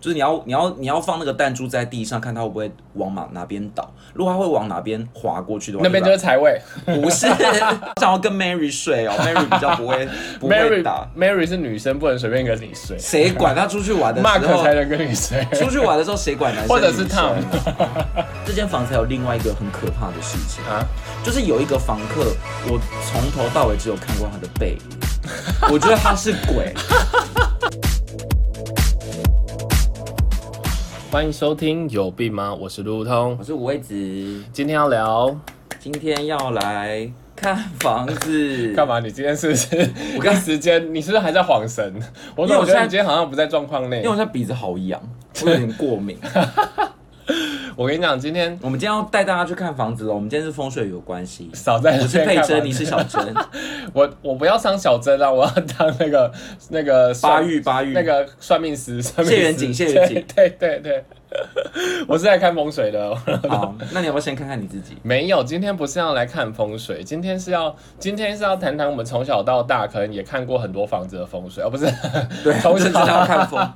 就是你要你要你要放那个弹珠在地上，看它会不会往哪哪边倒。如果它会往哪边滑过去的话，那边就是财位。不 是想要跟 Mary 睡哦，Mary 比较不会不会 Mary 打， Mary 是女生，不能随便跟你睡。谁管他出去玩的时 Mark 候才？能跟 你睡，出去玩的时候谁管男生或者是女生啊 Tom 这间房才有另外一个很可怕的事情，啊？就是有一个房客，我从头到尾只有看过他的背影， 我觉得他是鬼。欢迎收听有病吗？我是路通我，是五味子，今天要聊今天要来看房子。干嘛？你今天是不是？ 我我刚看时间，你是不是还在晃神？我因为我总觉现得在你今天好像不在状况内因为。我现在鼻子好痒，我有点过敏。我跟你讲，今天我们今天要带大家去看房子了。我们今天是风水有关系，少在我这是边佩干嘛珍，你是小 珍，我我不要当小珍啊，我要当那个那个算八玉八玉那个算命师，算命师谢元景谢元景 对对对对，我是来看风水的哦、好，那你要不要先看看你自己？没有，今天不是要来看风水，今天是要今天是要谈谈我们从小到大可能也看过很多房子的风水，哦不是， 对，从甚小至要看风。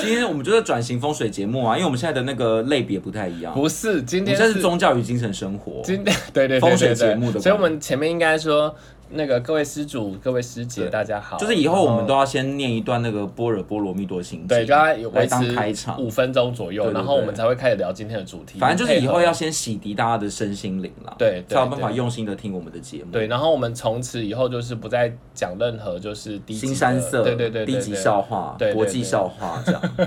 今天我们就是转型风水节目啊，因为我们现在的那个类别不太一样。不是，今我们天现在是宗教与精神生活。今 天对对对对风水对对节目的所以观我们前面应该说那个各位施主、各位师姐对大家好，就是以后我们都然要先念一段那个般若波罗蜜多心经，嗯对，就要有来维当开持场五。分钟左右，对对对然后我们才会开始聊今天的主题，反正就是以后配合要先洗涤大家的身心灵啦，对对才有办法对用心的听我们的节目。对，然后我们从此以后就是不再讲任何就是低级的新山色，对对对，对低级，笑话对对、对国际笑话这样，对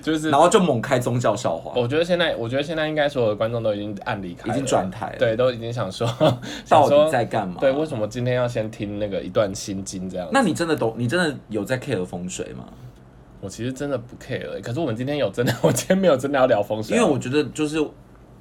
就是哦然后就猛开宗教笑话，我觉得现在，我觉得现在应该所有的观众都已经按离开已了，经转台了。对，都已经 想说，想到说底在干嘛？对，为什么今天要先听那个一段心经这样？那你真的懂？你真的有在 care 风水吗？我其实真的不 care，欸可是我们今天有真的，我 今天没有真的要聊风水因啊，为我觉得就是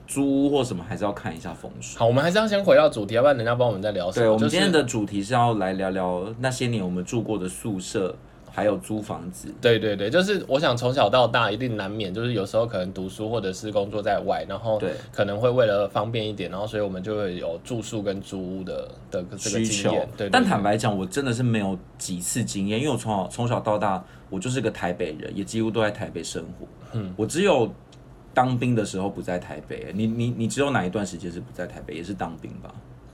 租屋或什么，还是要看一下风水。好，我们还是要先回到主题，要不然人家帮我们在聊什么？对，我就们是今天的主题是要来聊聊那些年我们住过的宿舍，还有租房子。对对对，就是我想从小到大一定难免，就是有时候可能读书或者是工作在外，然后对可能会为了方便一点，然后所以我们就会有住宿跟租屋的的这个需经求验。对对，但对坦白讲，我真的是没有几次经验，因为我从小从小到大，我就是个台北人，也几乎都在台北生活。嗯，我只有当兵的时候不在台北。你你你只有哪一段时间是不在台北？也是当兵吧？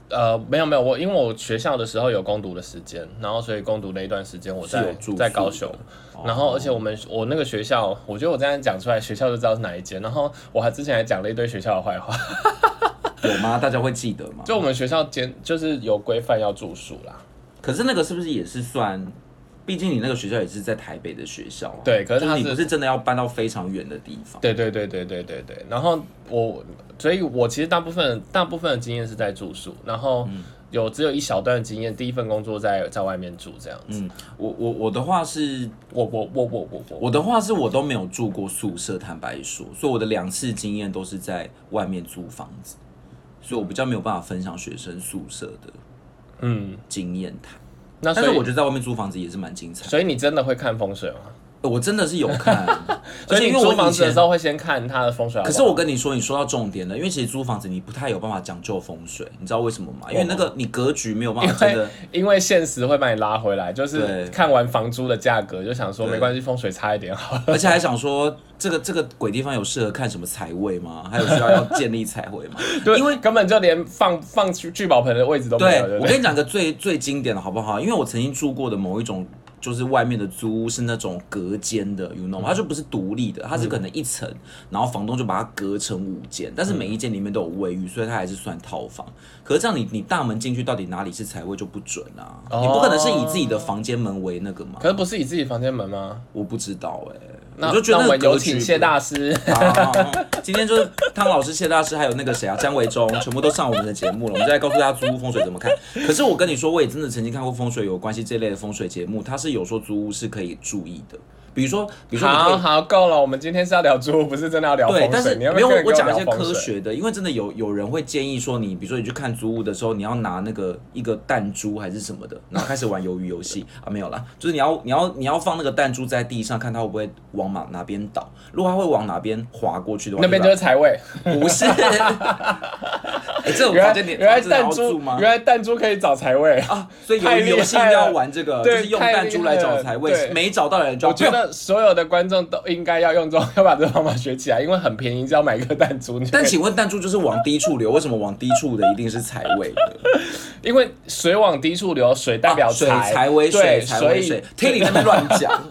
呃，没有没有，我因为我学校的时候有攻读的时间，然后所以攻读那一段时间我是在有住宿在高雄，哦然后而且我们我那个学校，我觉得我这样讲出来学校就知道是哪一间，然后我还之前还讲了一堆学校的 坏话，有吗？大家会记得吗？就我们学校间就是有规范要住宿啦，可是那个是不是也是算？毕竟你那个学校也是在台北的学校、啊，对可是就它你是不是真的要搬到非常远的地方，对对对对对对对，然后我所以我其实大部分大部分的经验是在住宿，然后嗯有只有一小段的经验，第一份工作在在外面住这样子，嗯，我我我的话是，我我我我我我我的话是我都没有住过宿舍，坦白说，所以我的两次经验都是在外面租房子，所以我比较没有办法分享学生宿舍的嗯，经验谈。那但所是我以觉得在外面租房子也是蛮精彩的，所以你真的会看风水吗？我真的是有 看， 而所以且你因为租我房以子的前时，候会先看它的风水好不可好。是我跟你说，你说到重点了，因为其实租房子你不太有办法讲究风水，你知道为什么吗？因为那个你格局没有办法 真因的为。哦因为现实会把你拉回来，就是对看完房租的价格就想说对没关系，风水差一点好 了。而且还想说，这个这个鬼地方有适合看什么财位吗？还有需要要建立财位吗？对，因为根本 就连放放聚聚宝盆的位置都没对有，对不我对？跟你讲个最最经典的好不好？因 为我曾经住过的某一种，就是外面的租屋是那种隔间的，you 嗯 know，吗它就不是独立的，它是可能一层，然后房东就把它隔成五间，但是每一间里面都有卫浴，所以它还是算套房。可是这样你你大门进去到底哪里是财位就不准啊！哦你不可能是以自己的房间门为那个嘛？可是不是以自己房间门吗？我不知道哎、那我就觉得那那个我们有格局请不谢大师。好，今天就是汤老师、谢大师，还有那个谁啊，詹维忠，全部都上我们的节目了。我们就来告诉大家租屋风水怎么看。可是我跟你说，我也真的曾经看过风水有关系这类的风水节目，它是有说租屋是可以注意的，比如说，比如说你可好以。好够了，我们今天是要聊猪，不是真的要聊对，风但水。是你要没不有要我跟我我讲一聊些风科水？学的，因为真的有有人会建议说你，比如说你去看租屋的时候，你要拿那个一个弹珠还是什么的，然后开始玩鱿鱼游戏啊，没有啦，就是你要你要 你要放那个弹珠在地上，看它会不会往哪哪边倒，如果它会往哪边滑过去的话，那边 代表就是财位，不是，哎，这种原房来间你原来真的要弹珠住吗原？来弹珠可以找财位啊！啊，所以有太厉游戏害了要玩这个，就对是用弹珠来找财太厉害位，了没 找到的人就要我觉不要得所有的观众都应该要用这种，要把这个方法学起来，因为很便宜，只要买一个弹珠。你就但可以请问弹珠就是往低处流，为什么往低处的一定是财位的？因为水往低处流，水代 表啊水财为水，对，财所为以水。听你在那边乱 讲，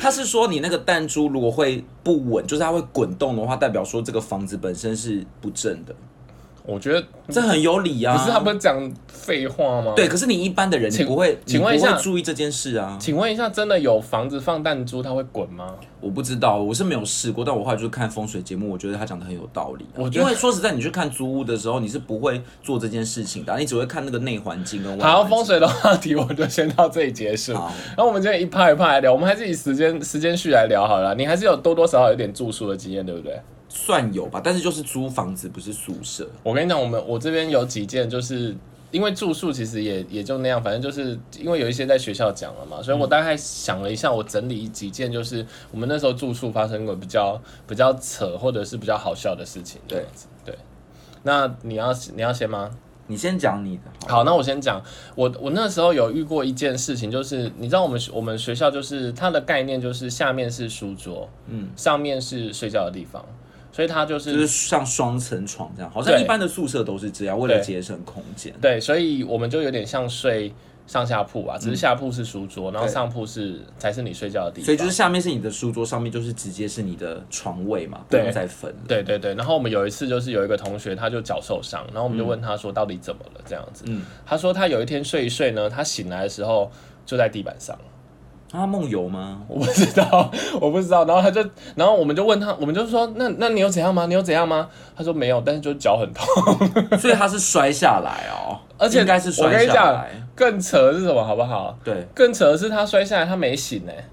他是说你那个弹珠如果会不稳，就是它会滚动的话，代表说这个房子本身是不正的，我觉得这很有理啊。不是他不是讲废话吗？对，，可是你一般的人你请不会，请问你不会一下注意这件事啊？请问一下，真的有房子放弹珠它会滚吗？我不知道，我是没有试过，但我后来就是看风水节目，我觉得他讲的很有道理啊、我觉因得为说实在，你去看租屋的时候，你是不会做这件事情的啊、你只会看那个内环境跟外环好，境。风水的话题我就先到这里结束。好然后我们今天一趴一趴来聊，我们还是以时间时间序来聊好了。你还是有多多少少有点住宿的经验，对不对？算有吧，但是就是租房子不是宿舍，我跟你讲，我们我这边有几件，就是因为住宿其实也也就那样，反正就是因为有一些在学校讲了嘛，所以我大概想了一下，我整理几件，就是我们那时候住宿发生过比较比较扯或者是比较好笑的事情。对这样子对。那你要你要先吗？你先讲你的好了。好，那我先讲，我我那时候有遇过一件事情，就是你知道我们学我们学校就是它的概念就是下面是书桌，嗯，上面是睡觉的地方，所以它就是、就是像双层床这样，好像对一般的宿舍都是这样，为了对节省空间。对，所以我们就有点像睡上下铺吧，只是下铺是书桌，然后嗯对上铺是才是你睡觉的地方，所以就是下面是你的书桌，上面就是直接是你的床位嘛，不对用再分了。对对对，然后我们有一次就是有一个同学他就脚受伤，然后我们就问他说到底怎么了这样子，嗯他说他有一天睡一睡呢，他醒来的时候就在地板上。啊，梦游吗？我不知道，我不知道。然后他就，然后我们就问他，我们就说，那那你有怎样吗？你有怎样吗？他说没有，但是就脚很痛。 所以他是摔下来哦，而且应该是我跟摔你下讲来。更扯的是什么？好不好？对更扯的是他摔下来，他没醒哎、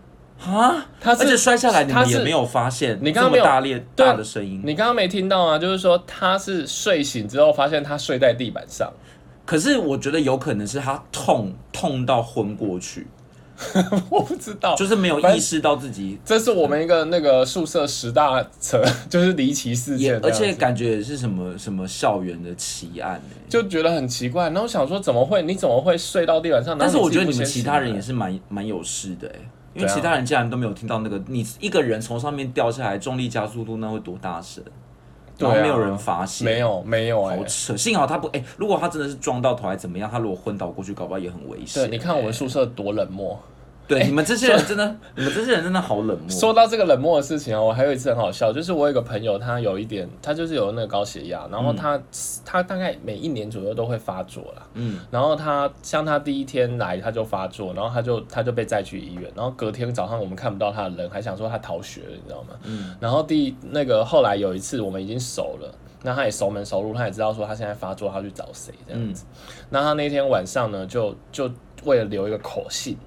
啊，他而且是摔下来你他们是也没有发现，你刚刚没这有么大裂对啊大的声音。你刚刚没听到啊？就是说他是睡醒之后发现他睡在地板上， 可是我觉得有可能是他痛痛到昏过去，我不知道。就是没有反意正识到自己这是我们一个那个宿舍十大 扯，就是离奇事也，件这而样子，且感觉也是什么什么校园的奇案欸就觉得很奇怪。然后我想说怎么会？你怎么会睡到地板上？但是然后我觉得自你己们不先其醒他人来也是蛮蛮有事的哎、因为对啊其他人竟然都没有听到那个，你一个人从上面掉下来，重力加速度那会多大声？对啊然后没有人发现，没，有没有哎、好扯。幸好他不哎、如果他真的是撞到头还怎么样？他如果昏倒过去，搞不好也很危险、对，你看我们宿舍多冷漠。对、你们这些人真 的，你们这些人真的好冷漠。哎说到这个冷漠的事情啊，我还有一次很好笑，就是我有一个朋友，他有一点，他就是有那个高血压，然后他、他大概每一年左右都会发作啦。嗯，然后他像他第一天来他就发作，然后他就他就被载去医院，然后隔天早上我们看不到他的人，还想说他逃学了，你知道吗？嗯。然后第那个后来有一次我们已经熟了，那他也熟门熟路，他也知道说他现在发作，他去找谁这样子。那他那天晚上呢，就就为了留一个口信，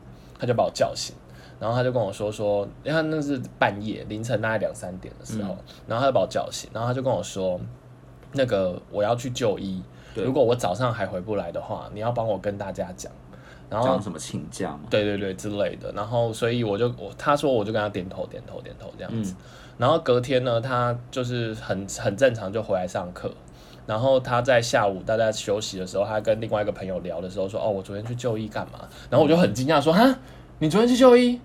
他就把我叫醒。然后他就跟我说说，因为他那是半夜凌晨大概两三点的时候，然后他就把我叫醒，然后他就跟我说，那个我要去就医，对如果我早上还回不来的话，你要帮我跟大家讲，然后讲什么请假嘛？对对对之类的，然后所以我就我他说我就跟他点头点头点头这嗯样子，然后隔天呢，他就是很很正常就回来上课。然后他在下午大家休息的时候，他跟另外一个朋友聊的时候说：“哦，我昨天去就医干嘛？”然后我就很惊讶说：“哈，你昨天去就医？”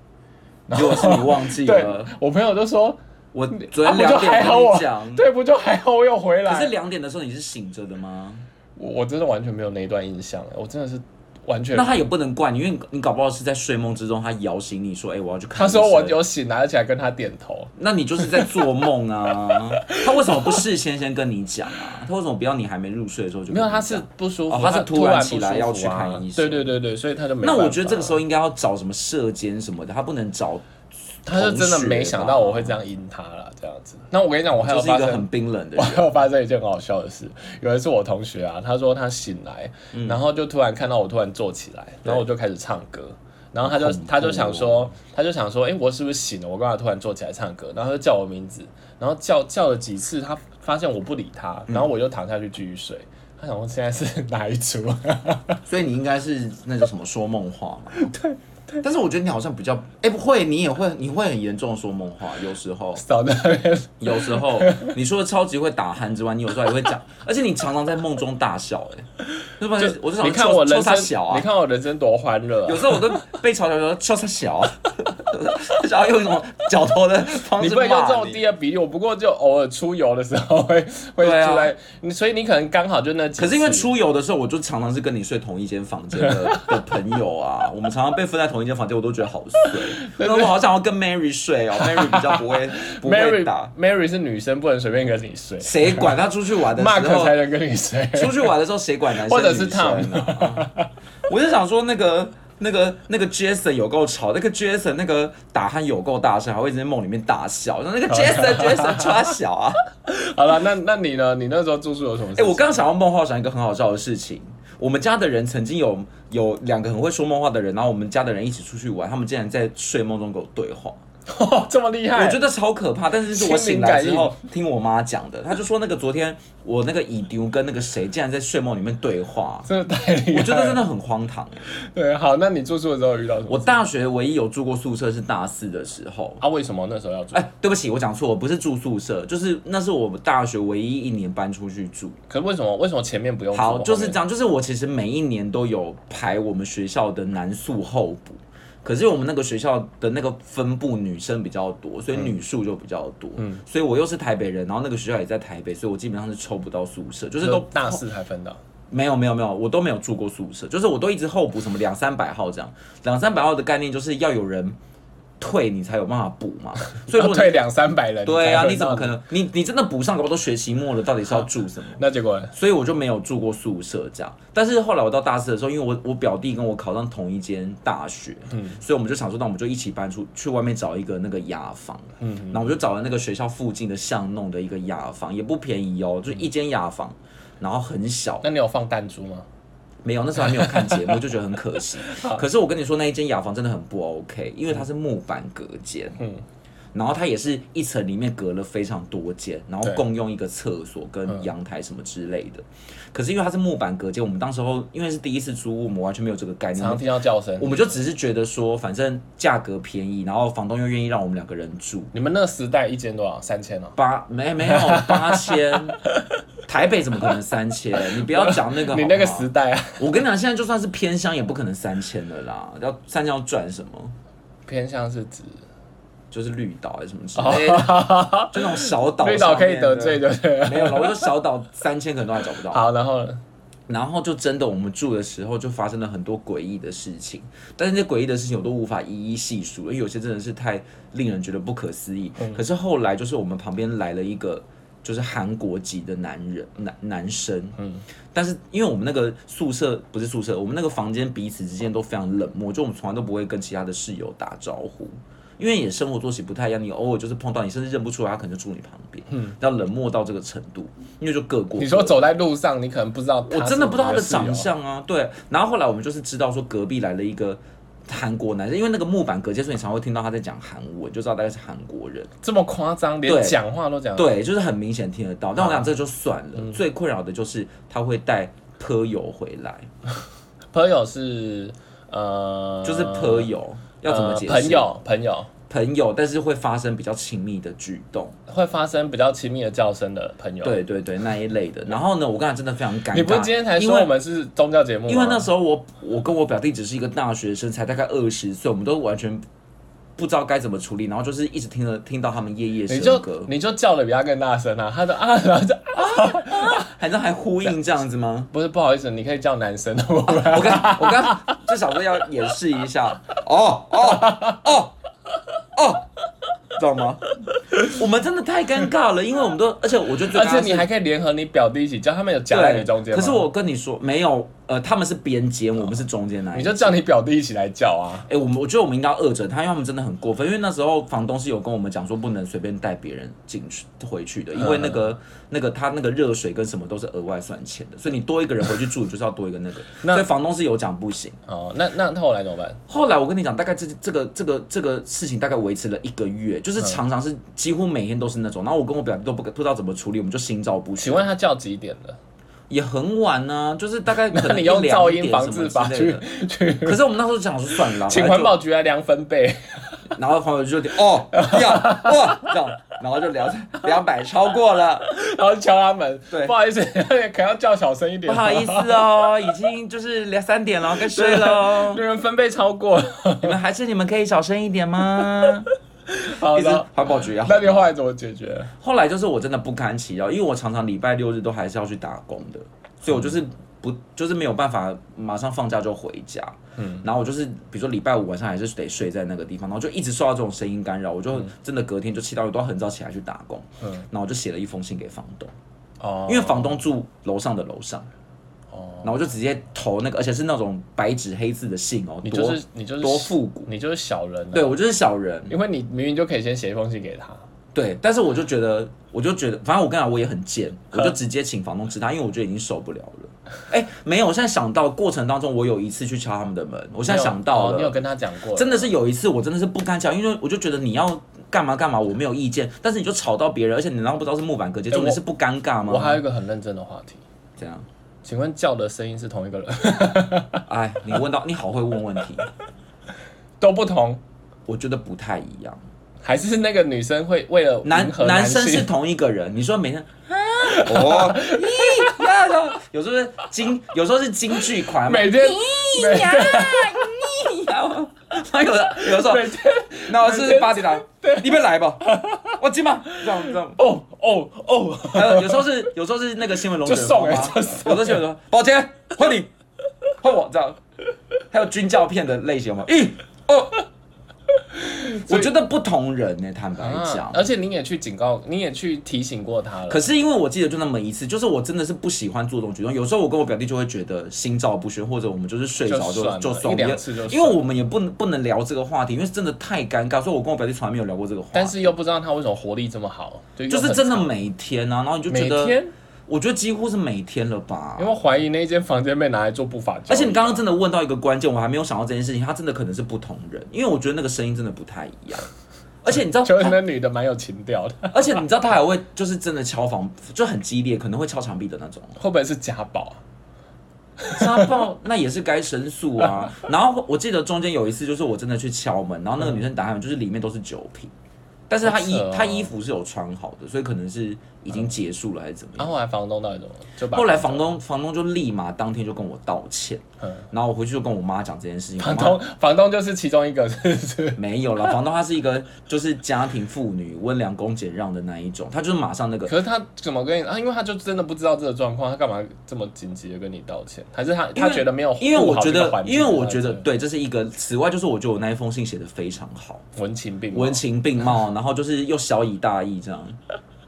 结果是你忘记对了。我朋友就说我昨啊天不就两还点好跟我你讲，对，不就还好我有回来？可是两点的时候你是醒着的吗？我我真的完全没有那一段印象，欸我真的是完全那。他也不能怪你，因为你你搞不好是在睡梦之中，他摇醒你说：“哎、我要去看。”他说我有醒来，而且还跟他点头。那你就是在做梦啊！ 他为什么不事先先跟你讲啊？他为什么不要你还没入睡的时候就跟没有，你他讲是不舒服，哦他是突突然不起舒来服要去啊看医生对对对对，所以他就没。那我觉得这个时候，候应该要找什么射监什么的，他不能找，他是真的没想同到学吧我会这样阴他了，这样子。那我跟你讲，我还有就是一发个很生，冰冷的 我人。还有发生一件很好笑的事。有一次我同学啊，他说他醒来，嗯然后就突然看到我突然坐起来，然后我就开始唱歌。然后他就好恐怖哦他就想说，他就想说，哎，我是不是醒了？我刚才突然坐起来唱歌，然后他就叫我名字，然后叫叫了几次，他发现我不理他，然后我就躺下去继续睡。他 想说现在是哪一出？ 所以你应该是那叫什么说梦话嘛？但是我觉得你好像比较，哎、不会，你也会，你会很严重地说梦话，有时 候，扫在那边，有时候，你除了超级会打鼾之外，你有时候也会讲， 而且你常常在梦中大笑、哎，就发现我就想你看臭我臭人他生，小啊你，看我人生多欢乐、有啊。时候我都被嘲笑说臭他小、啊， 想要用一种角头的方你式不能用这骂种低你。的比例，我不过就偶尔出游的时候 会会出对啊来，你所以你可能刚好就那几次。可是因为出游的时候，我就常常是跟你睡同一间房间 的的朋友啊，我们常常被分在同一间房间，我都觉得好睡。 那我好想要跟 Mary 睡哦，Mary 比较不会不会 Mary 打， Mary 是女生，不能随便跟你睡谁管他出去玩的时，Mark 候才，能跟你睡。出去玩的时候谁管男生或者是女生啊？ 我就想说那个。那个那个 Jason 有够吵，那个 Jason 那个打鼾有够大声，还会一直在梦里面大笑。然后那个 Jason Jason 抓小啊！好了，那那你呢？你那时候住宿有什么事哎、情？我刚想到梦话，想一个很好笑的事情。我们家的人曾经有有两个很会说梦话的人，然后我们家的人一起出去玩，他们竟然在睡梦中跟我对话， 这么厉害，我觉得超可怕。但是是我心醒灵来感之后听我妈讲的，她就说那个昨天我那个乙丢跟那个谁竟然在睡梦里面对话，真的太厉害。我觉得真的很荒唐、哎对，好，那你住宿的时候有遇到什么我事？大学唯一有住过宿舍是大四的时候。啊，为什么那时候要住？哎、对不起，我讲错，我不是住宿舍，就是那是我们大学唯一一年搬出去住。可是为什么为什么前面不用住？好，就后是面这样，就是我其实每一年都有排我们学校的男宿候补，可是我们那个学校的那个分布女生比较多，所以女宿就比较多。嗯，所以我又是台北人，然后那个学校也在台北，所以我基本上是抽不到宿舍，就是就都大四才分的。没有没有没有，我都没有住过宿舍，就是我都一直候补什么两三百号这样，两三百号的概念就是要有人退你才有办法补嘛，所以如 要果你哦退两三百人，对啊，你怎么可能？能？你你真的补上，搞不好都学期末了，到底是要住什么？那结果呢所以我就没有住过宿舍这样。但是后来我到大四的时候，因为我我表弟跟我考上同一间大学，所以我们就想说，那我们就一起搬出去外面找一个那个雅房，嗯，然后我就找了那个学校附近的巷弄的一个雅房，也不便宜哦，就一间雅房，然后很小，那你有放弹珠吗？没有，那时候还没有看节目，就觉得很可 惜。可是我跟你说，那一间雅房真的很不 OK，因为它是木板隔间，嗯，然后它也是一层里面隔了非常多间，然后对共用一个厕所跟阳台什么之类的。可是因为它是木板隔间，我们当时候因为是第一次租屋，我们完全没有这个概念，常常听到叫声我。们就只是觉得说，反正价格便宜，然后房东又愿意让我们两个人住，你们那个时代一间多少？三千哦。八没没有八 千，台北怎么可能三千？你不要讲那个好不好，你那个时代啊，我跟你讲，现在就算是偏乡，也不可能三千了啦。要三千要赚什么？偏向是指就是绿岛还是什么之类的，就那种小岛。哦绿岛可以得罪，，对不对？没有了。我说小岛三千可能都还找不到。好，然后呢然后就真的，我们住的时候就发生了很多诡异的事情，但是那诡异的事情我都无法一一细数，因为有些真的是太令人觉得不可思议。可是后来就是我们旁边来了一个就是韩国籍的男人男男生，但是因为我们那个宿舍不是宿舍，我们那个房间彼此之间都非常冷漠，就我们从来都不会跟其他的室友打招呼，因为也生活作息不太一样，你偶尔就是碰到，你甚至认不出来，他可能就住你旁边，嗯，要冷漠到这个程度，因为就各过各的。你说走在路上，你可能不知道，我真的不知道他的长。相啊，对。然后后来我们就是知道说隔壁来了一个韩国男生，因为那个木板隔间，所以你常会听到他在讲韩文，就知道大概是韩国人。这么夸张，连对讲话都讲。，对，就是很明显听得到。但我嗯讲这个就算了，最困扰的就是他会带朋友回来，嗯朋友是呃，就是朋友要怎么呃解释？朋友，朋友朋友，但是会发生比较亲密的举动，会发生比较亲密的叫声的朋友。，对对对，那一类的。然后呢，我刚才真的非常尴尬，你不是今天才因说为我们是宗教节目吗？因为那时候我我跟我表弟只是一个大学生，才大概二十岁，我们都完全不知道该怎么处理，然后就是一直听着听到他们夜夜你笙就歌，你就叫的比他更大声啊！他说啊，然后就反正还呼应这样子吗？不是不好意思，你可以叫男生，我不我 刚我刚就想说要演示一下，哦哦哦哦，知道吗？我们真的太尴尬了，因为我们都，而且我就觉得而且你还可以联合你表弟一起叫，他们有夹在对你中间吗可是我跟你说没有，呃，他们是边间，我们是中间那一你个就叫你表弟一起来叫啊。哎、我们我觉得我们应该要遏制他，因为他们真的很过分。因为那时候房东是有跟我们讲说，不能随便带别人进去回去的，因为那嗯个、那个他那个热水跟什么都是额外算钱的，所以你多一个人回去住，你就是要多一个那个。那所以房东是有讲不行。哦，那那那后来怎么办？后来我跟你讲，大概这这个这个这个事情大概维持了一个月，就是嗯常常是几乎每天都是那种。然后我跟我表弟都不不知道怎么处理，我们就心照不宣。请问他叫几点的？也很晚呢、就是大概可那能 你一用两噪音点防什治么法之类去的。去 可是我们那时候想说算了啦，请反正环就保局来量分 贝，然后朋友就点哦要哇这样，然后就聊两百超过了，然后敲他们。对不好意思， 可能要叫小声一点。不好意思哦，已经就是两三点了，该睡了哦。 有人分贝超过了。你们还是你们可以小声一点吗？好一直的，环保局啊。那你后来怎么解决？后来就是我真的不堪其扰，因为我常常礼拜六日都还是要去打工的，所以我就是不就是没有办法马上放假就回家。嗯，然后我就是比如说礼拜五晚上还是得睡在那个地方，然后就一直受到这种声音干扰，我就真的隔天就气到我都要很早起来去打工。嗯嗯，然后我就写了一封信给房东，哦因为房东住楼上的楼上。哦然后我就直接投那个，而且是那种白纸黑字的信哦，你多就是你就是多复古。你就是小人、啊。对，我就是小人，因为你明明就可以先写一封信给他。对，但是我就觉得，我就觉得，反正我跟你讲，我也很贱，我就直接请房东吃他，因为我觉得已经受不了了。哎、没有，我现在想到过程当中，我有一次去敲他们的门，我现在想到哦你有了，跟他讲过，真的是有一次，我真的是不敢讲，因为我就觉得你要干嘛干嘛，我没有意见，但是你就吵到别人，而且你难道不知道是木板隔间，哎我重点是不尴尬我还有吗？一个很认真的话题，这样，请问叫的声音是同一个人？ 哎，你问到，你好会问问题，都不同，我觉得不太一样。还是那个女生会为了男迎合男男生性是同一个人，你说每天啊，哦，咦呀，然后有时候是京，有时候是京剧款， 每天每你呀，你呀，然后有的有的时候，每天那我是八点来，你们来吧，我今晚这样这样，哦哦哦，还有有时候是有时候是那个新闻龙就卷送风哎、啊，就送有时候新闻龙，保洁换你，换我这样，还有军教片的类型嘛，一二。我觉得不同人呢、坦白讲啊，，而且你也去警告，你也去提醒过他了。可是因为我记得就那么一次，就是我真的是不喜欢做这种举动。有时候我跟我表弟就会觉得心照不宣，或者我们就是睡着就就算了就一算两次就算因为我们也不能不能聊这个话题，因为真的太尴尬，所以我跟我表弟从来没有聊过这个话题。但是又不知道他为什么活力这么好，就就就是真的每天啊，然后你就觉每得，天，我觉得几乎是每天了吧因。为怀疑那间房间被拿来做不法交而易且你刚刚真的问到一个关键，我还没有想到这件事情，他真的可能是不同人，因为我觉得那个声音真的不太一 样。而且你知道，就是那女的蛮有情调的， 而且你知道他还会就是真的敲房，就很激烈，可能会敲墙壁的那种。会不会是家暴啊？家暴那也是该申诉啊。 然后我记得中间有一次，就是我真的去敲门，然后那个女生打开门，就是里面都是酒瓶，但是她衣、好扯哦她衣服是有穿好的，所以可能是已经结束了还是怎么样。然后后来房东到底怎么就把后来房东房东就立马当天就跟我道歉，嗯然后我回去就跟我妈讲这件事情。房我妈东房东就是其中一个，是不是？没有了，房东她是一个就是家庭妇女温良恭俭让的那一种，她就是马上那个可是他怎么跟你啊？因为他就真的不知道这个状况，他干嘛这么紧急的跟你道歉？还是他他觉得没有因为顾我好觉这个得环，境啊因为我觉得这样子对，这是一个。此外，就是我觉得我那一封信写的非常好，文情并茂文情并茂，嗯然后就是又小以大义这样。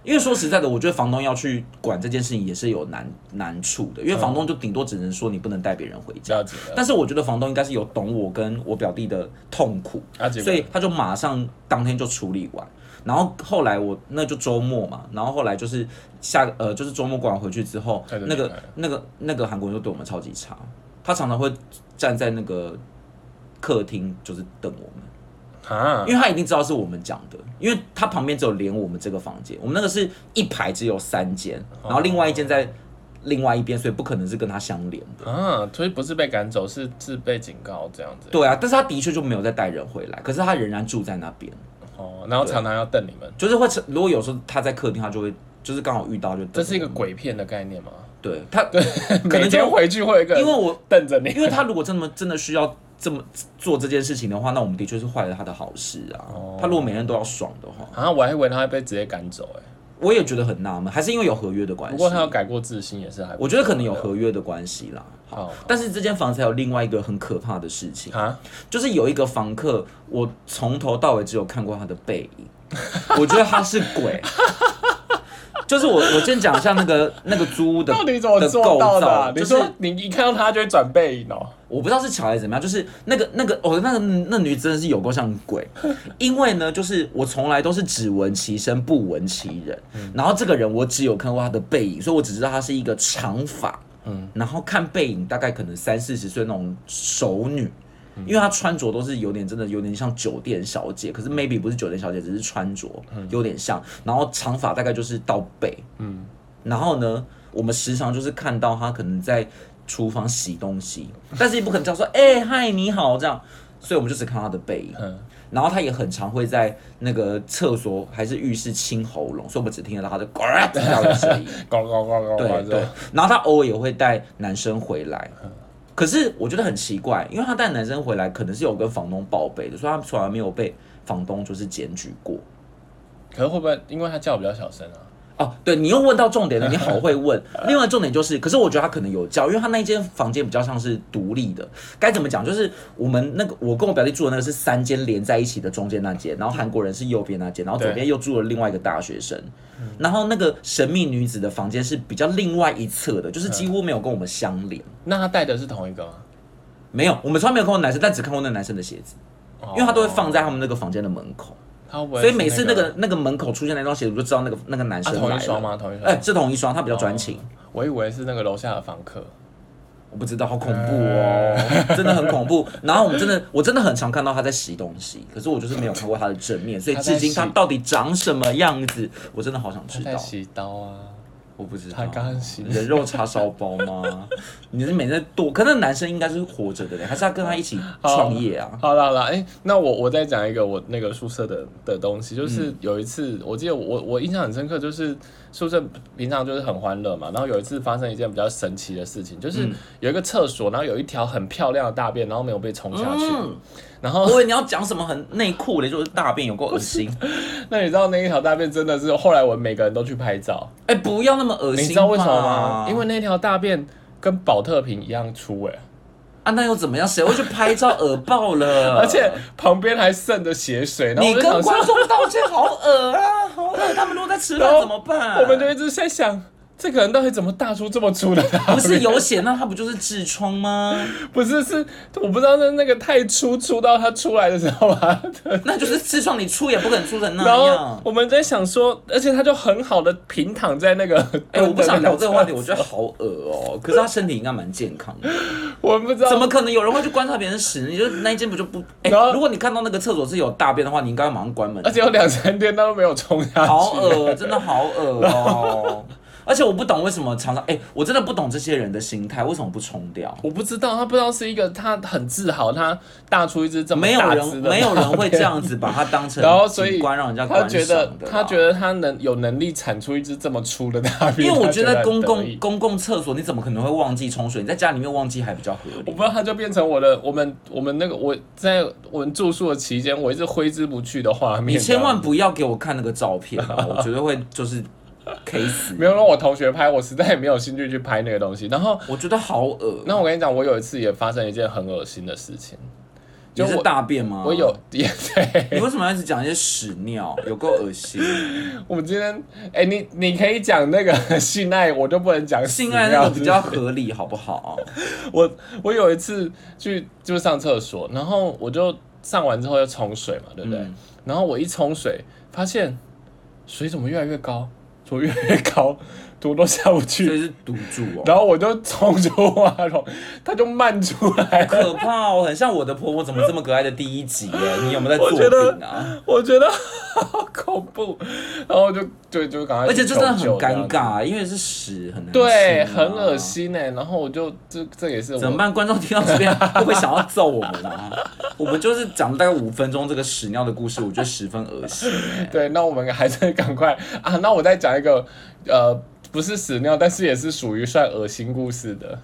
因为说实在的，我觉得房东要去管这件事情也是有难难处的，因为房东就顶多只能说你不能带别人回家。了解了但是我觉得房东应该是有懂我跟我表弟的痛苦，啊，结所果以他就马上当天就处理完。然后后来我那就周末嘛，然后后来就是下呃就是周末过完回去之后他就，那离个开了那个那个韩国人就对我们超级差，他常常会站在那个客厅就是瞪我们。啊因，为他一定知道是我们讲的，因为他旁边只有连我们这个房间，我们那个是一排只有三间，然后另外一间在另外一边，所以不可能是跟他相连的。啊，所以不是被赶走，是是被警告这样子。对啊，但是他的确就没有再带人回来，可是他仍然住在那边，哦，然后常常要瞪你们，就是会如果有时候他在客厅，他就会就是刚好遇到就这是一个鬼片的概念吗？对他， 可每能天就回去会有一个人因为我瞪着你。因为他如果真的真的需要这么做这件事情的话，那我们的确是坏了他的好事啊。哦他如果每天都要爽的话，啊，我还以为他会被直接赶走哎、我也觉得很纳闷，还是因为有合约的关不系。过他有改过自新也是还不我觉得可能有合约的关系啦。好但是这间房子还有另外一个很可怕的事情，啊，就是有一个房客，我从头到尾只有看过他的背影，我觉得他是鬼。 就是我，我先讲一下那个那个租屋的到底怎么的做构到的造，啊、就你是说你一看到他就会转背影哦，我不知道是巧还是怎么样，就是那个那个哦，那个那女真的是有够像鬼，因为呢，就是我从来都是只闻其声不闻其人，然后这个人我只有看过他的背影，所以我只知道他是一个长发，嗯，然后看背影大概可能三四十岁那种熟女。因为她穿着都是有点真的有点像酒店小姐，可是 maybe 不是酒店小姐，只是穿着有点像，然后长发大概就是到背，然后呢，我们时常就是看到他可能在厨房洗东西，但是也不可能叫说，哎、嗨，你好这样，所以我们就只看到他的背影。嗯然后他也很常会在那个厕所还是浴室清喉咙，所以我们只听得到他的呱啦叫的声音。 高高高高对高对，然后他偶尔也会带男生回来，可是我觉得很奇怪，因为他带男生回来可能是有跟房东报备的，所以他从来没有被房东就是检举过。可是会不会因为他叫比较小声啊？哦，对你又问到重点了，你好会问。另外重点就是，可是我觉得他可能有叫，因为他那一间房间比较像是独立的。该怎么讲？就是我们那个我跟我表弟住的那个是三间连在一起的中间那间，然后韩国人是右边那间，然后左对边又住了另外一个大学生。然后那个神秘女子的房间是比较另外一侧的，就是几乎没有跟我们相连。那他带的是同一个吗？没有，我们从来没有看过男生，但只看过那男生的鞋子，哦因为他都会放在他们那个房间的门口，哦他会不会所以每次是那那个那个门口出现那双鞋子，我就知道那个那个男啊生同来一双了。吗？同一双。哎、是同一双，他比较专情。哦我以为是那个楼下的房客。我不知道，好恐怖哦，呃真的很恐怖。然后我们真的，我真的很常看到他在洗东西，可是我就是没有看过他的正面，所以他在至今洗他到底长什么样子，我真的好想他知在道。洗刀啊，我不知道他，刚洗。人肉叉烧包吗？你是每天剁？可那男生应该是活着的嘞，还是要跟他一起创业啊？ 好啦好啦，哎、那我我再讲一个我那个宿舍的的东西，就是嗯有一次，我记得我我印象很深刻，就是宿舍平常就是很欢乐嘛，然后有一次发生一件比较神奇的事情，就是嗯有一个厕所，然后有一条很漂亮的大便，然后没有被冲下去，嗯然后我以为你要讲什么很内裤的，就是大便有够恶心。那你知道那一条大便真的是后来我们每个人都去拍照，哎、不要那么恶心吧。你知道为什么吗？因为那条大便跟保特瓶一样粗哎、啊，那又怎么样？谁会去拍照恶爆了？ 而且旁边还渗着血水，然后呃你我就跟想说观众道歉，好恶啊，好恶！他们如果在吃然饭后怎么办？我们就一直在想，这个人到底怎么大出这么粗的大便？不是有血，那他不就是痔疮吗？ 不是是，我不知道那那个太粗粗到他出来的时 候啊。那就是痔疮，你出也不可能出成那然后样。我们在想说，而且他就很好的平躺在那个，哎、我不想聊这个话题，我得觉得好恶哦、可是他身体应该蛮健康 的， 我们不知道怎么可能有人会去观察别人屎？你就那一间不就不？哎、然后如果你看到那个厕所是有大便的话，你应该马上关门。而且有两三天他都没有冲下去，好恶，啊真的好恶 哦、而且我不懂为什么常常，哎、我真的不懂这些人的心态，为什么不冲掉？我不知道，他不知道是一个他很自豪，他大出一只这么没有大人只的，没有人会这，样子把它当成 然后所景以观让人家他观觉得赏的啦。啊他觉得他能有能力产出一只这么粗的大便，因为我觉得他公很得共意公共厕所你怎么可能会忘记冲水？你在家里面忘记还比较合我理不。知道，他就变成我的，我们我们那个我在我们住宿的期间，我一直挥之不去的画面。你千万不要给我看那个照片 哦，我绝对会就是 K 死。没有让我同学拍，我实在也没有兴趣去拍那个东西。然后，我觉得好恶。那我跟你讲，我有一次也发生一件很恶心的事情，你就是我大便吗？我有。也 对，你为什么要一直讲一些屎 尿？有够恶心！我今天哎、你你可以讲那个 性爱，我就不能讲性屎爱那尿个比较合理，好不好？ 我我有一次去就上厕所，然后我就上完之后要冲水嘛，对不对？嗯然后我一冲水，发现水怎么越来越高，怎么越来越高，我都下不所去。以是赌注哦，然后我就冲出马桶，它就漫出来了。可怕哦，很像我的婆婆怎么这么可爱的第一集耶？你有没有在我做觉得饼啊？ 我觉得好恐怖，然后就就就赶快而且去求这救真的这样子，很尴尬，啊因为是屎，很难、啊对，很恶。心哎、然后我就这这也是我怎么办？观众听到这边会不会想要揍我们啊？ 我们就是讲了大概五分钟这个屎尿的故事，我觉得十分恶心、欸。对，那我们还是赶快啊！那我再讲一个，呃，不是屎尿，但是也是属于算恶心故事的。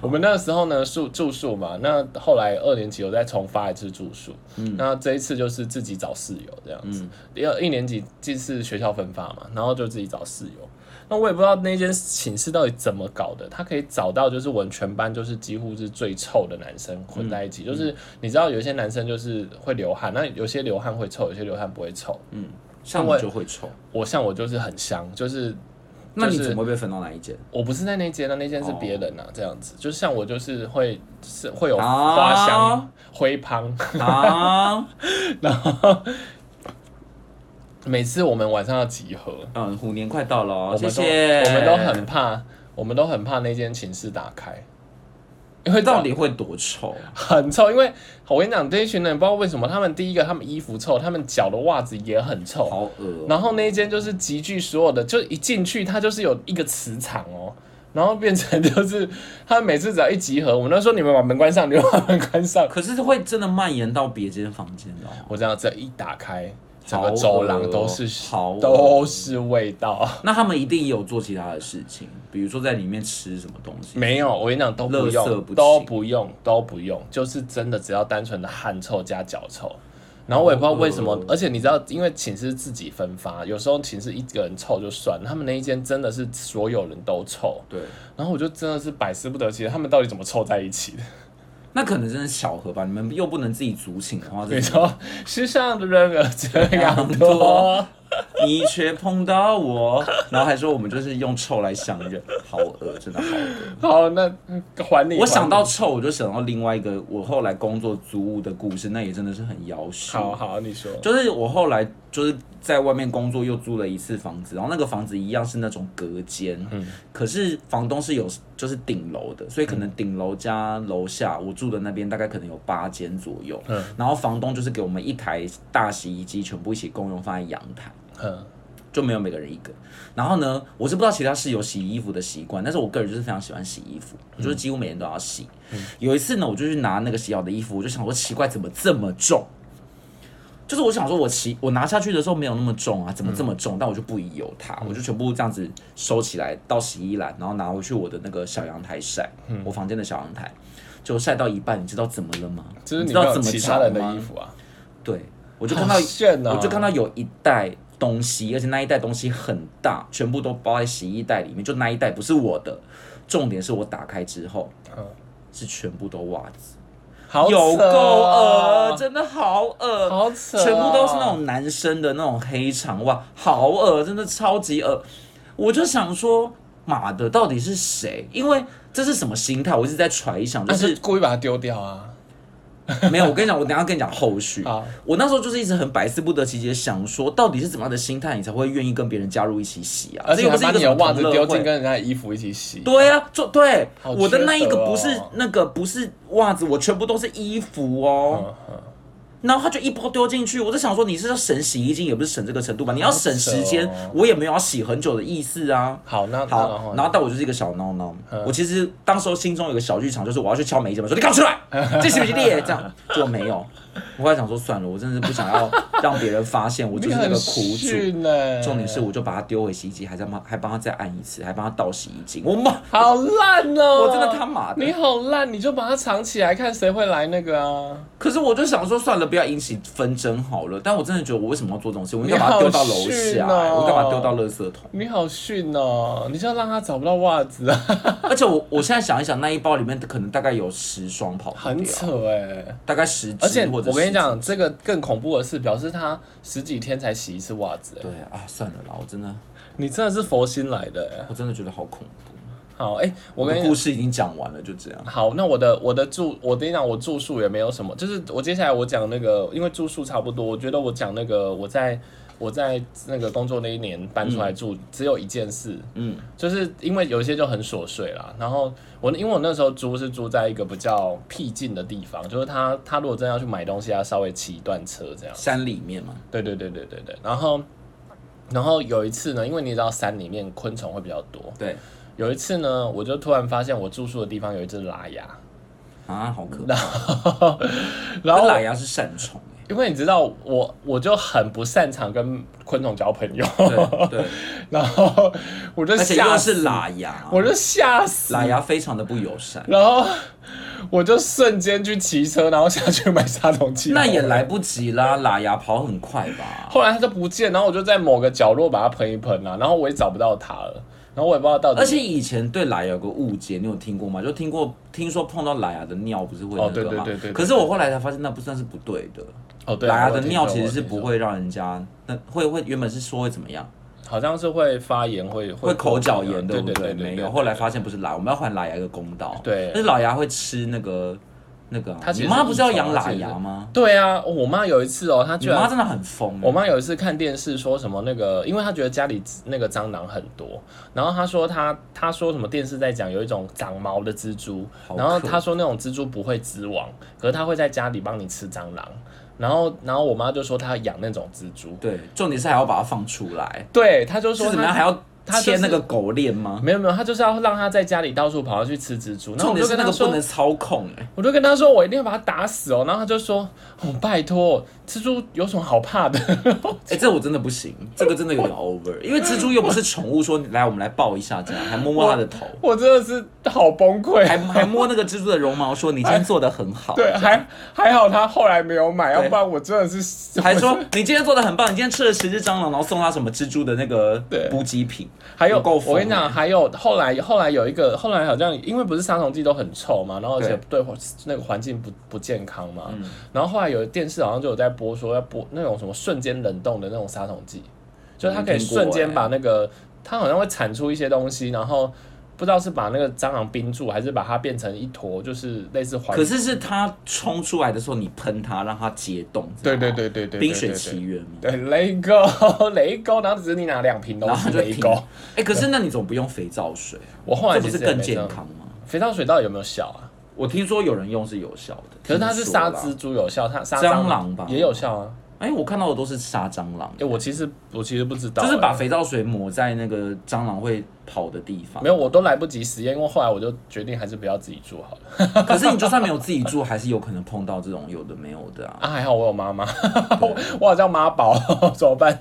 我们那时候呢住住宿嘛，那后来二年级有再重发一次住宿，那这一次就是自己找室友这样子。第二一年级这次学校分发嘛，然后就自己找室友。那我也不知道那间寝室到底怎么搞的，他可以找到就是我们全班就是几乎是最臭的男生混在一起，就是你知道有一些男生就是会流汗，那有些流汗会臭，有些流汗不会臭。像我就会臭，我像我就是很香，就是那你怎么会被分到哪一 间？我不是在那间啊，那间是别人啊，哦这样子，就像我就是会是会有啊花香、灰胖，啊，然后每次我们晚上要集合，嗯，虎年快到了我哦，们谢都谢。我们都很怕，我们都很怕那间寝室打开，因为到底会多臭？很臭，因为我跟你讲，这一群人不知道为什么，他们第一个他们衣服臭，他们脚的袜子也很臭，好恶哦、然后那一间就是集聚所有的，就一进去它就是有一个磁场哦，然后变成就是他每次只要一集合，我们都说你们把门关上，你们把门关上。可是会真的蔓延到别间房间的哦、我这样只要一打开，整好个恶走廊都是好恶都是味道。那他们一定也有做其他的事情，比如说在里面吃什么东西。没有，我跟你讲都不垃圾用，不行都不用，都不用，就是真的只要单纯的汗臭加脚臭。然后我也不知道为什么，哦而且你知道，因为寝室自己分发，有时候寝室一个人臭就算，他们那一间真的是所有人都臭。对，然后我就真的是百思不得其解，他们到底怎么凑在一起的？那可能真的是巧合吧。你们又不能自己组请的话，你这知道，世上的人儿这 样这样多多。你却碰到我，然后还说我们就是用臭来相认，好恶，真的好恶。 好，那嗯还你。我还想你到臭，我就想到另外一个我后来工作租屋的故事，那也真的是很妖术。好好，你说。就是我后来就是在外面工作，又租了一次房子，然后那个房子一样是那种隔间，可是房东是有就是顶楼的，所以可能顶楼加楼下我住的那边大概可能有八间左右，嗯然后房东就是给我们一台大洗衣机，全部一起共用放在阳台。嗯，就没有每个人一个。然后呢，我是不知道其他室友洗衣服的习惯，但是我个人就是非常喜欢洗衣服，嗯我就是几乎每天都要洗。有一次呢，我就去拿那个洗好的衣服，我就想说奇怪，怎么这么重？就是我想说我骑我拿下去的时候没有那么重啊，怎么这嗯么重？但我就不疑有它，我就全部这样子收起来到洗衣篮，然后拿回去我的那个小阳台晒，嗯我房间的小阳台。就晒到一半，你知道怎么了吗？就是你你知没道怎有么其他人的着吗衣服啊？对，我就看到好炫哦我就看到有一袋东西，而且那一袋东西很大，全部都包在洗衣袋里面，就那一袋不是我的。重点是我打开之后，嗯是全部都袜子，好有扯够哦恶，真的好恶，好扯哦全部都是那种男生的那种黑长袜，好恶，真的超级恶。我就想说，妈的，到底是谁？因为这是什么心态？我一直在揣想，就但是是故意把它丢掉啊！ 没有，我跟你讲，我等一下跟你讲后续。好我那时候就是一直很百思不得其解，想说到底是怎么样的心态，你才会愿意跟别人加入一起洗啊？而且这又还不是一把个你什的么袜子同乐丢进会跟人家的衣服一起洗。对啊，就对、好我的那一缺个德哦不是那个不是袜子，我全部都是衣服哦。嗯，嗯然后他就一包丢进去，我就想说你是要省洗衣精，也不是省这个程度吧？你要省时间，好扯哦我也没有要洗很久的意思啊。好，那那然好后，然呢嗯后但我就是一个小孬孬，我其实当时候心中有个小剧场，就是我要去敲每一间门，说你给我出来，这行不行列？这 样就没有。我后来想说算了，我真的是不想要让别人发现我就是你那很个苦 主。逊欸呢。重点是，我就把它丢回洗衣机，还在帮还帮他再按一次，还帮他倒洗衣精。我妈，好烂哦！我真的他妈的你好烂，你就把它藏起来，看谁会来那个啊！可是我就想说算了，不要引起纷争好了。但我真的觉得我为什么要做这种事？我应该你把它好丢到楼逊下、哦我应该把它丢到垃圾桶。你好逊哦！你就要让他找不到袜子啊，而且我我现在想一想，那一包里面可能大概有十双跑不很掉，扯哎、大概十只而且或我者跟10你讲，这个更恐怖的是，表示他十几天才洗一次袜子、只，欸。对啊，算了啦，我真的。你真的是佛心来的、欸。我真的觉得好恐怖。好，哎、我我跟的你故事已经讲完了，就这样。好，那我的我的住，我跟你讲，我住宿也没有什么，就是我接下来我讲那个，因为住宿差不多，我觉得我讲那个我在我在那个工作那一年搬出来住，只有一件事，嗯，就是因为有一些就很琐碎啦。然后我因为我那时候租是住在一个比较僻静的地方，就是他他如果真的要去买东西，要稍微骑一段车这样。山里面嘛，对对对对对对，然后。然后有一次呢，因为你也知道山里面昆虫会比较多。对有一次呢，我就突然发现我住宿的地方有一只拉牙，啊，好可怕。然后那懒牙是善虫欸因为你知道我，我就很不擅长跟昆虫交朋友，对 对，然后我就而且吓又死，是喇牙，我就吓死，喇牙非常的不友善，然后我就瞬间去骑车，然后下去买杀虫剂，那也然后来不及啦，喇牙跑很快吧？后来它就不见，然后我就在某个角落把它喷一喷啊，然后我也找不到它了，然后我也不知道到底，而且以前对喇牙有个误解，你有听过吗？就听过听说碰到喇牙的尿不是会那哦对个吗？对对对对可是我后来才发现那不算是不对的，哦对，喇牙的我听啊尿说其实是我听不说会让人家那会会原本是说会怎么样？好像是会发炎，会会口角炎，对对不对对，没对有，后来发现不是喇，我们要还喇牙一个公道。对但是老牙会吃那个那个啊、它其你实妈是不是要益养虫啊喇其实牙吗？对啊，我妈有一次哦，她你居然妈真的很疯欸、我妈有一次看电视说什么那个，因为她觉得家里那个蟑螂很多，然后她说她她说什么电视在讲有一种长毛的蜘蛛，好然后可她说那种蜘蛛不会织网，可是它会在家里帮你吃蟑螂，然后然后我妈就说她养那种蜘蛛，对，重点是还要把它放出来，对，她就说是怎么样她还要他就是嗯牵那个狗链吗？没有没有，他就是要让他在家里到处跑，去吃蜘蛛。然重后我点就是跟那他个不说能，操控哎、我就跟他说，我一定要把他打死哦。然后他就说，哦，拜托，蜘蛛有什么好怕的？ 哎、这我真的不行，这个真的有点 over，因为蜘蛛又不是宠物，说来我们来抱一下这样，还摸摸它的头，我真的是好崩溃， 还还摸那个蜘蛛的绒毛，说你今天做的很好，对，还还好他后来没有买，要对不然我真的 是还说我是你今天做的很棒，你今天吃了十只蟑螂，然后送他什么蜘蛛的那个对补给品，还有不够疯我跟你讲，还有后来后来有一个后来好像因为不是杀虫剂都很臭嘛，然后而且对那个环境不不健康嘛，嗯然后后来有电视好像就有在播说要播那种什么瞬间冷冻的那种杀虫剂，就是它可以没听过瞬间欸把那个、它好像会产出一些东西，然后。不知道是把那个蟑螂冰住，还是把它变成一坨，就是类似环。可是是它冲出来的时候你喷它，让它解冻，对知道对吗对对对，对冰雪对奇缘嘛。对，雷沟， 雷沟，然后只是你拿两瓶都然后是它就雷停沟了。。哎、可是那你怎么不用肥皂水？啊我 后来这不其是实也更没这健样。康吗？肥皂水到底有没有效啊？我听说有人用是有效的，可是它是听说杀啦蜘蛛有效，它杀蟑螂吧也有效啊。哎、我看到的都是杀蟑螂哎、，我其实我其实不知道、就是把哎肥皂水抹在那个蟑螂会跑的地方。没有，我都来不及实验，因为后来我就决定还是不要自己做好了。可是你就算没有自己住，还是有可能碰到这种有的没有的啊。啊，还好我有妈妈， 我好像妈宝， 怎么办？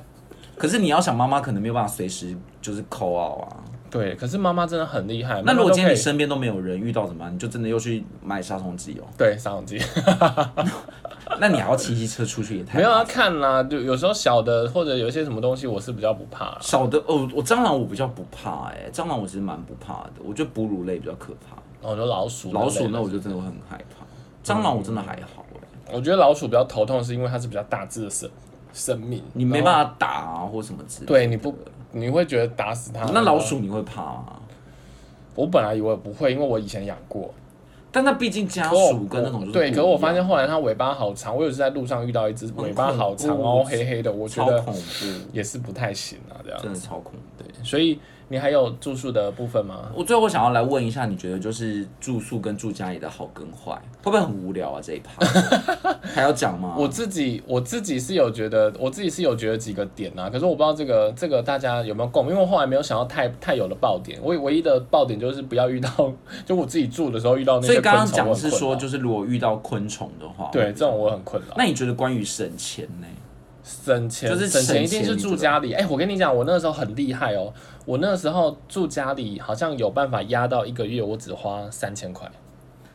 可是你要想，妈妈可能没有办法随时就是扣奥啊。对，可是妈妈真的很厉害。那如哎妈妈果都今天你可以身边都没有人遇到怎么办？你就真的又去买杀虫 剂哦？对杀虫剂，那你还要骑机车出去也太没有麻要烦看啦，就有时候小的或者有一些什么东西，我是比较不怕啦。少的哦，我蟑螂我比较不怕哎、蟑螂我其实蛮不怕的，我觉得哺乳类比较可怕，然后我就老鼠，老鼠那呢我就真的会很害怕，蟑螂我真的还好哎、我觉得老鼠比较头痛，是因为它是比较大只的生生命，你没法，办法打啊或什么之类的。对，你不你会觉得打死它。那老，鼠你会怕吗？我本来以为不会，因为我以前养过。但那毕竟家可我鼠跟那种就是对，不可是我发一现样后来它尾巴好长，我有一次在路上遇到一只恐尾巴好长，怖然后黑黑的，我觉超得恐怖，也是不太行啊，这样。真的超恐怖。对，所以你还有住宿的部分吗？我最后想要来问一下，你觉得就是住宿跟住家里的好跟坏，会不会很无聊啊？这一 趴还要讲吗？我自己我自己是有觉得，我自己是有觉得几个点啊，可是我不知道这个这个大家有没有共鸣，因为我后来没有想到太太有了爆点，我唯一的爆点就是不要遇到，就我自己住的时候遇到那所以些昆刚刚虫，我讲很是困说，扰就是如果遇到昆虫的话，对这种我很困扰。那你觉得关于省钱呢？省钱，就是省钱一省钱定是住家里。哎、我跟你讲，我那个时候很厉害哦，我那个时候住家里好像有办法压到一个月，我只花三千块。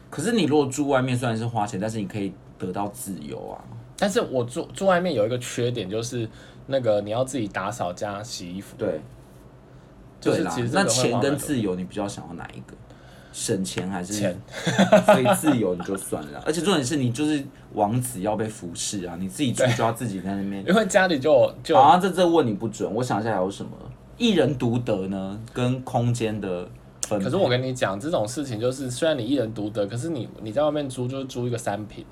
可是你如果住外面，虽然是花钱，但是你可以得到自由啊。但是我住住外面有一个缺点，就是那个你要自己打扫加洗衣服。对，就是对啦其实。这那个会钱花跟蛮多自由，你比较想要哪一个？省钱还是钱？所以自由你就算了啊，而且重点是你就是王子要被服侍啊，你自己住就要自己在那边。因为家里就有就有啊，这这问你不准。我想一下还有什么一人独得呢？跟空间的分配。可是我跟你讲，这种事情就是，虽然你一人独得，可是你你在外面租就是租一个三平，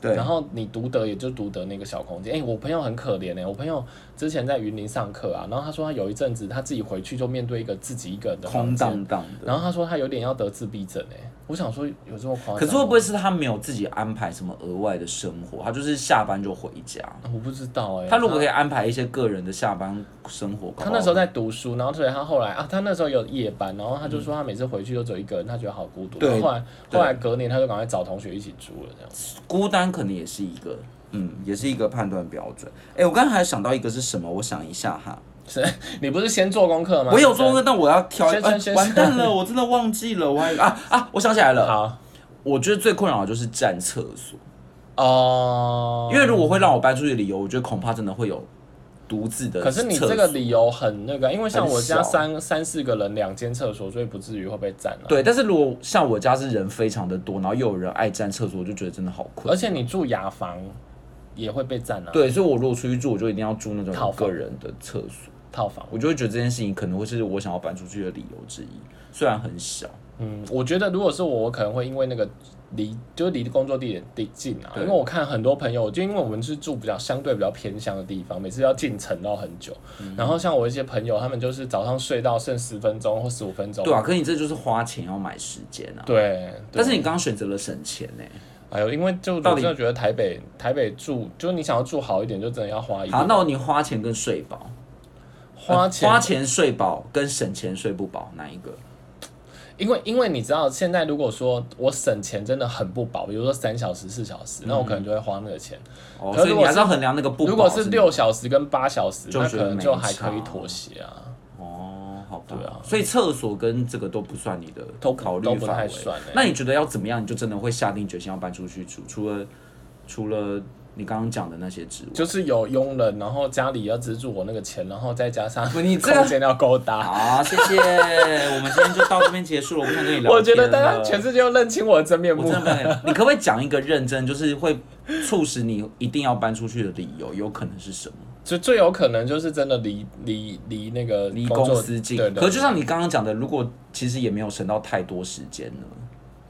对然后你独得也就独得那个小空间。哎、我朋友很可怜哎、我朋友之前在云林上课啊，然后他说他有一阵子他自己回去就面对一个自己一个人的空房间，荡荡的。然后他说他有点要得自闭症哎、我想说有这么夸张吗？可是会不会是他没有自己安排什么额外的生活？他就是下班就回家。啊我不知道哎、他如果可以安排一些个人的下班生活，他那时候在在读书，然后所以他后来啊，他那时候有夜班，然后他就说他每次回去都只有一个人，他觉得好孤独。对然后后来对后来隔年他就赶快找同学一起住了这样。孤单可能也是一个，嗯，也是一个判断标准。哎、我刚才还想到一个是什么？我想一下哈。是你不是先做功课吗？我有做过，但我要挑一先生哎先生完蛋了，我真的忘记了，我还有一个啊啊，我想起来了，好我觉得最困扰的就是占厕所，哦，因为如果会让我搬出去的理由，我觉得恐怕真的会有独自的。可是你这个，理由很那个，因为像我很小家三三四个人两间厕所，所以不至于会被占了、啊。对，但是如果像我家是人非常的多，然后又有人爱占厕所，我就觉得真的好困。而且你住雅房也会被占啊，对，所以我如果出去住，我就一定要住那种套有房个人的厕所，套房。我就会觉得这件事情可能会是我想要搬出去的理由之一，虽然很小。嗯，我觉得如果是我，我可能会因为那个离就是离工作地点地近啊，对因为我看很多朋友，就因为我们是住比较相对比较偏乡的地方，每次要进城要很久。嗯然后像我一些朋友，他们就是早上睡到剩十分钟或十五分钟。对啊，可是你这就是花钱要买时间啊。对，对但是你刚刚选择了省钱呢、哎呦，因为就我到真底的觉得台北台北住，就是你想要住好一点，就真的要花一好，点。那你花钱跟睡饱，花钱花钱睡饱跟省钱睡不饱哪一个？因为因为你知道，现在如果说我省钱真的很不保，比如说三小时、四小时，那我可能就会花那个钱。哦，可所以是如你果还是要是衡量那个嗯不饱。如果是不六小时跟八小时，就那觉可得能没就还可差以妥协啊，哦，好吧，对啊所以厕所跟这个都不算你的都不考虑都不范太围。算欸那你觉得要怎么样，你就真的会下定决心要搬出去住？除了除了你刚刚讲的那些之 外，就是有佣人，然后家里要资助我那个钱，然后再加上你这空间要够大。好，谢 谢，我们今天就到这边结束了。我不想跟你聊天了。啊我觉得大家全世界都认清我的真面我目真的。没有你可不可以讲一个认真，就是会促使你一定要搬出去的理由，有可能是什么？就最有可能就是真的离离离那个离工公作司近。对可对，是就像你刚刚讲的，如果其实也没有省到太多时间呢，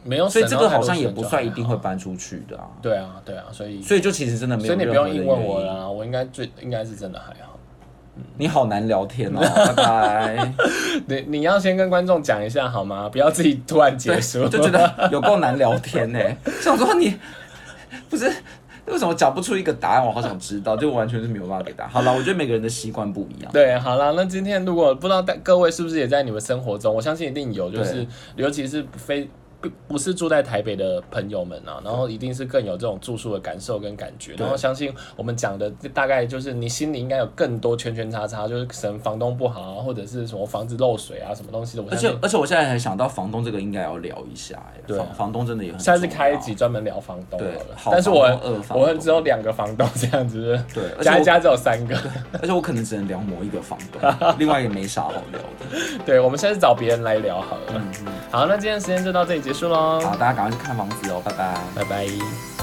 没有所哦省以到太这个多钱就还好，好像也不算一定会搬出去的啊。对啊，对啊，所以所以就其实真的没有所以你任不何用的原硬问我因。啦，我应该最应该是真的还好。你好难聊天 哦，拜拜。你你要先跟观众讲一下好吗？不要自己突然结对，束。就觉得有够难聊天呢、想说你不是为什么讲不出一个答案，我好想知道，就完全是没有办法给答案。好了，我觉得每个人的习惯不一样。 对，好啦，那今天如果不知道大各位是不是也在你们生活中，我相信一定有，就是对尤其是非不不是住在台北的朋友们啊，然后一定是更有这种住宿的感受跟感觉，对然后相信我们讲的大概就是你心里应该有更多圈圈叉叉，就是可能房东不好啊，或者是什么房子漏水啊，什么东西的，我而相且信。而且我现在还想到房东这个应该要聊一下、欸，对啊房房东真的也很下次重要开一集专门聊房东好对了，好但是房我东二房我东只有两个房东这样子， 对而且加我一加只有三 个，而且我可能只能聊某一个房东，另外也没啥好聊 的。对，我们下次找别人来聊嗯好了。好，那今天时间就到这里结束喽，好，大家赶快去看房子哦，拜拜。拜拜。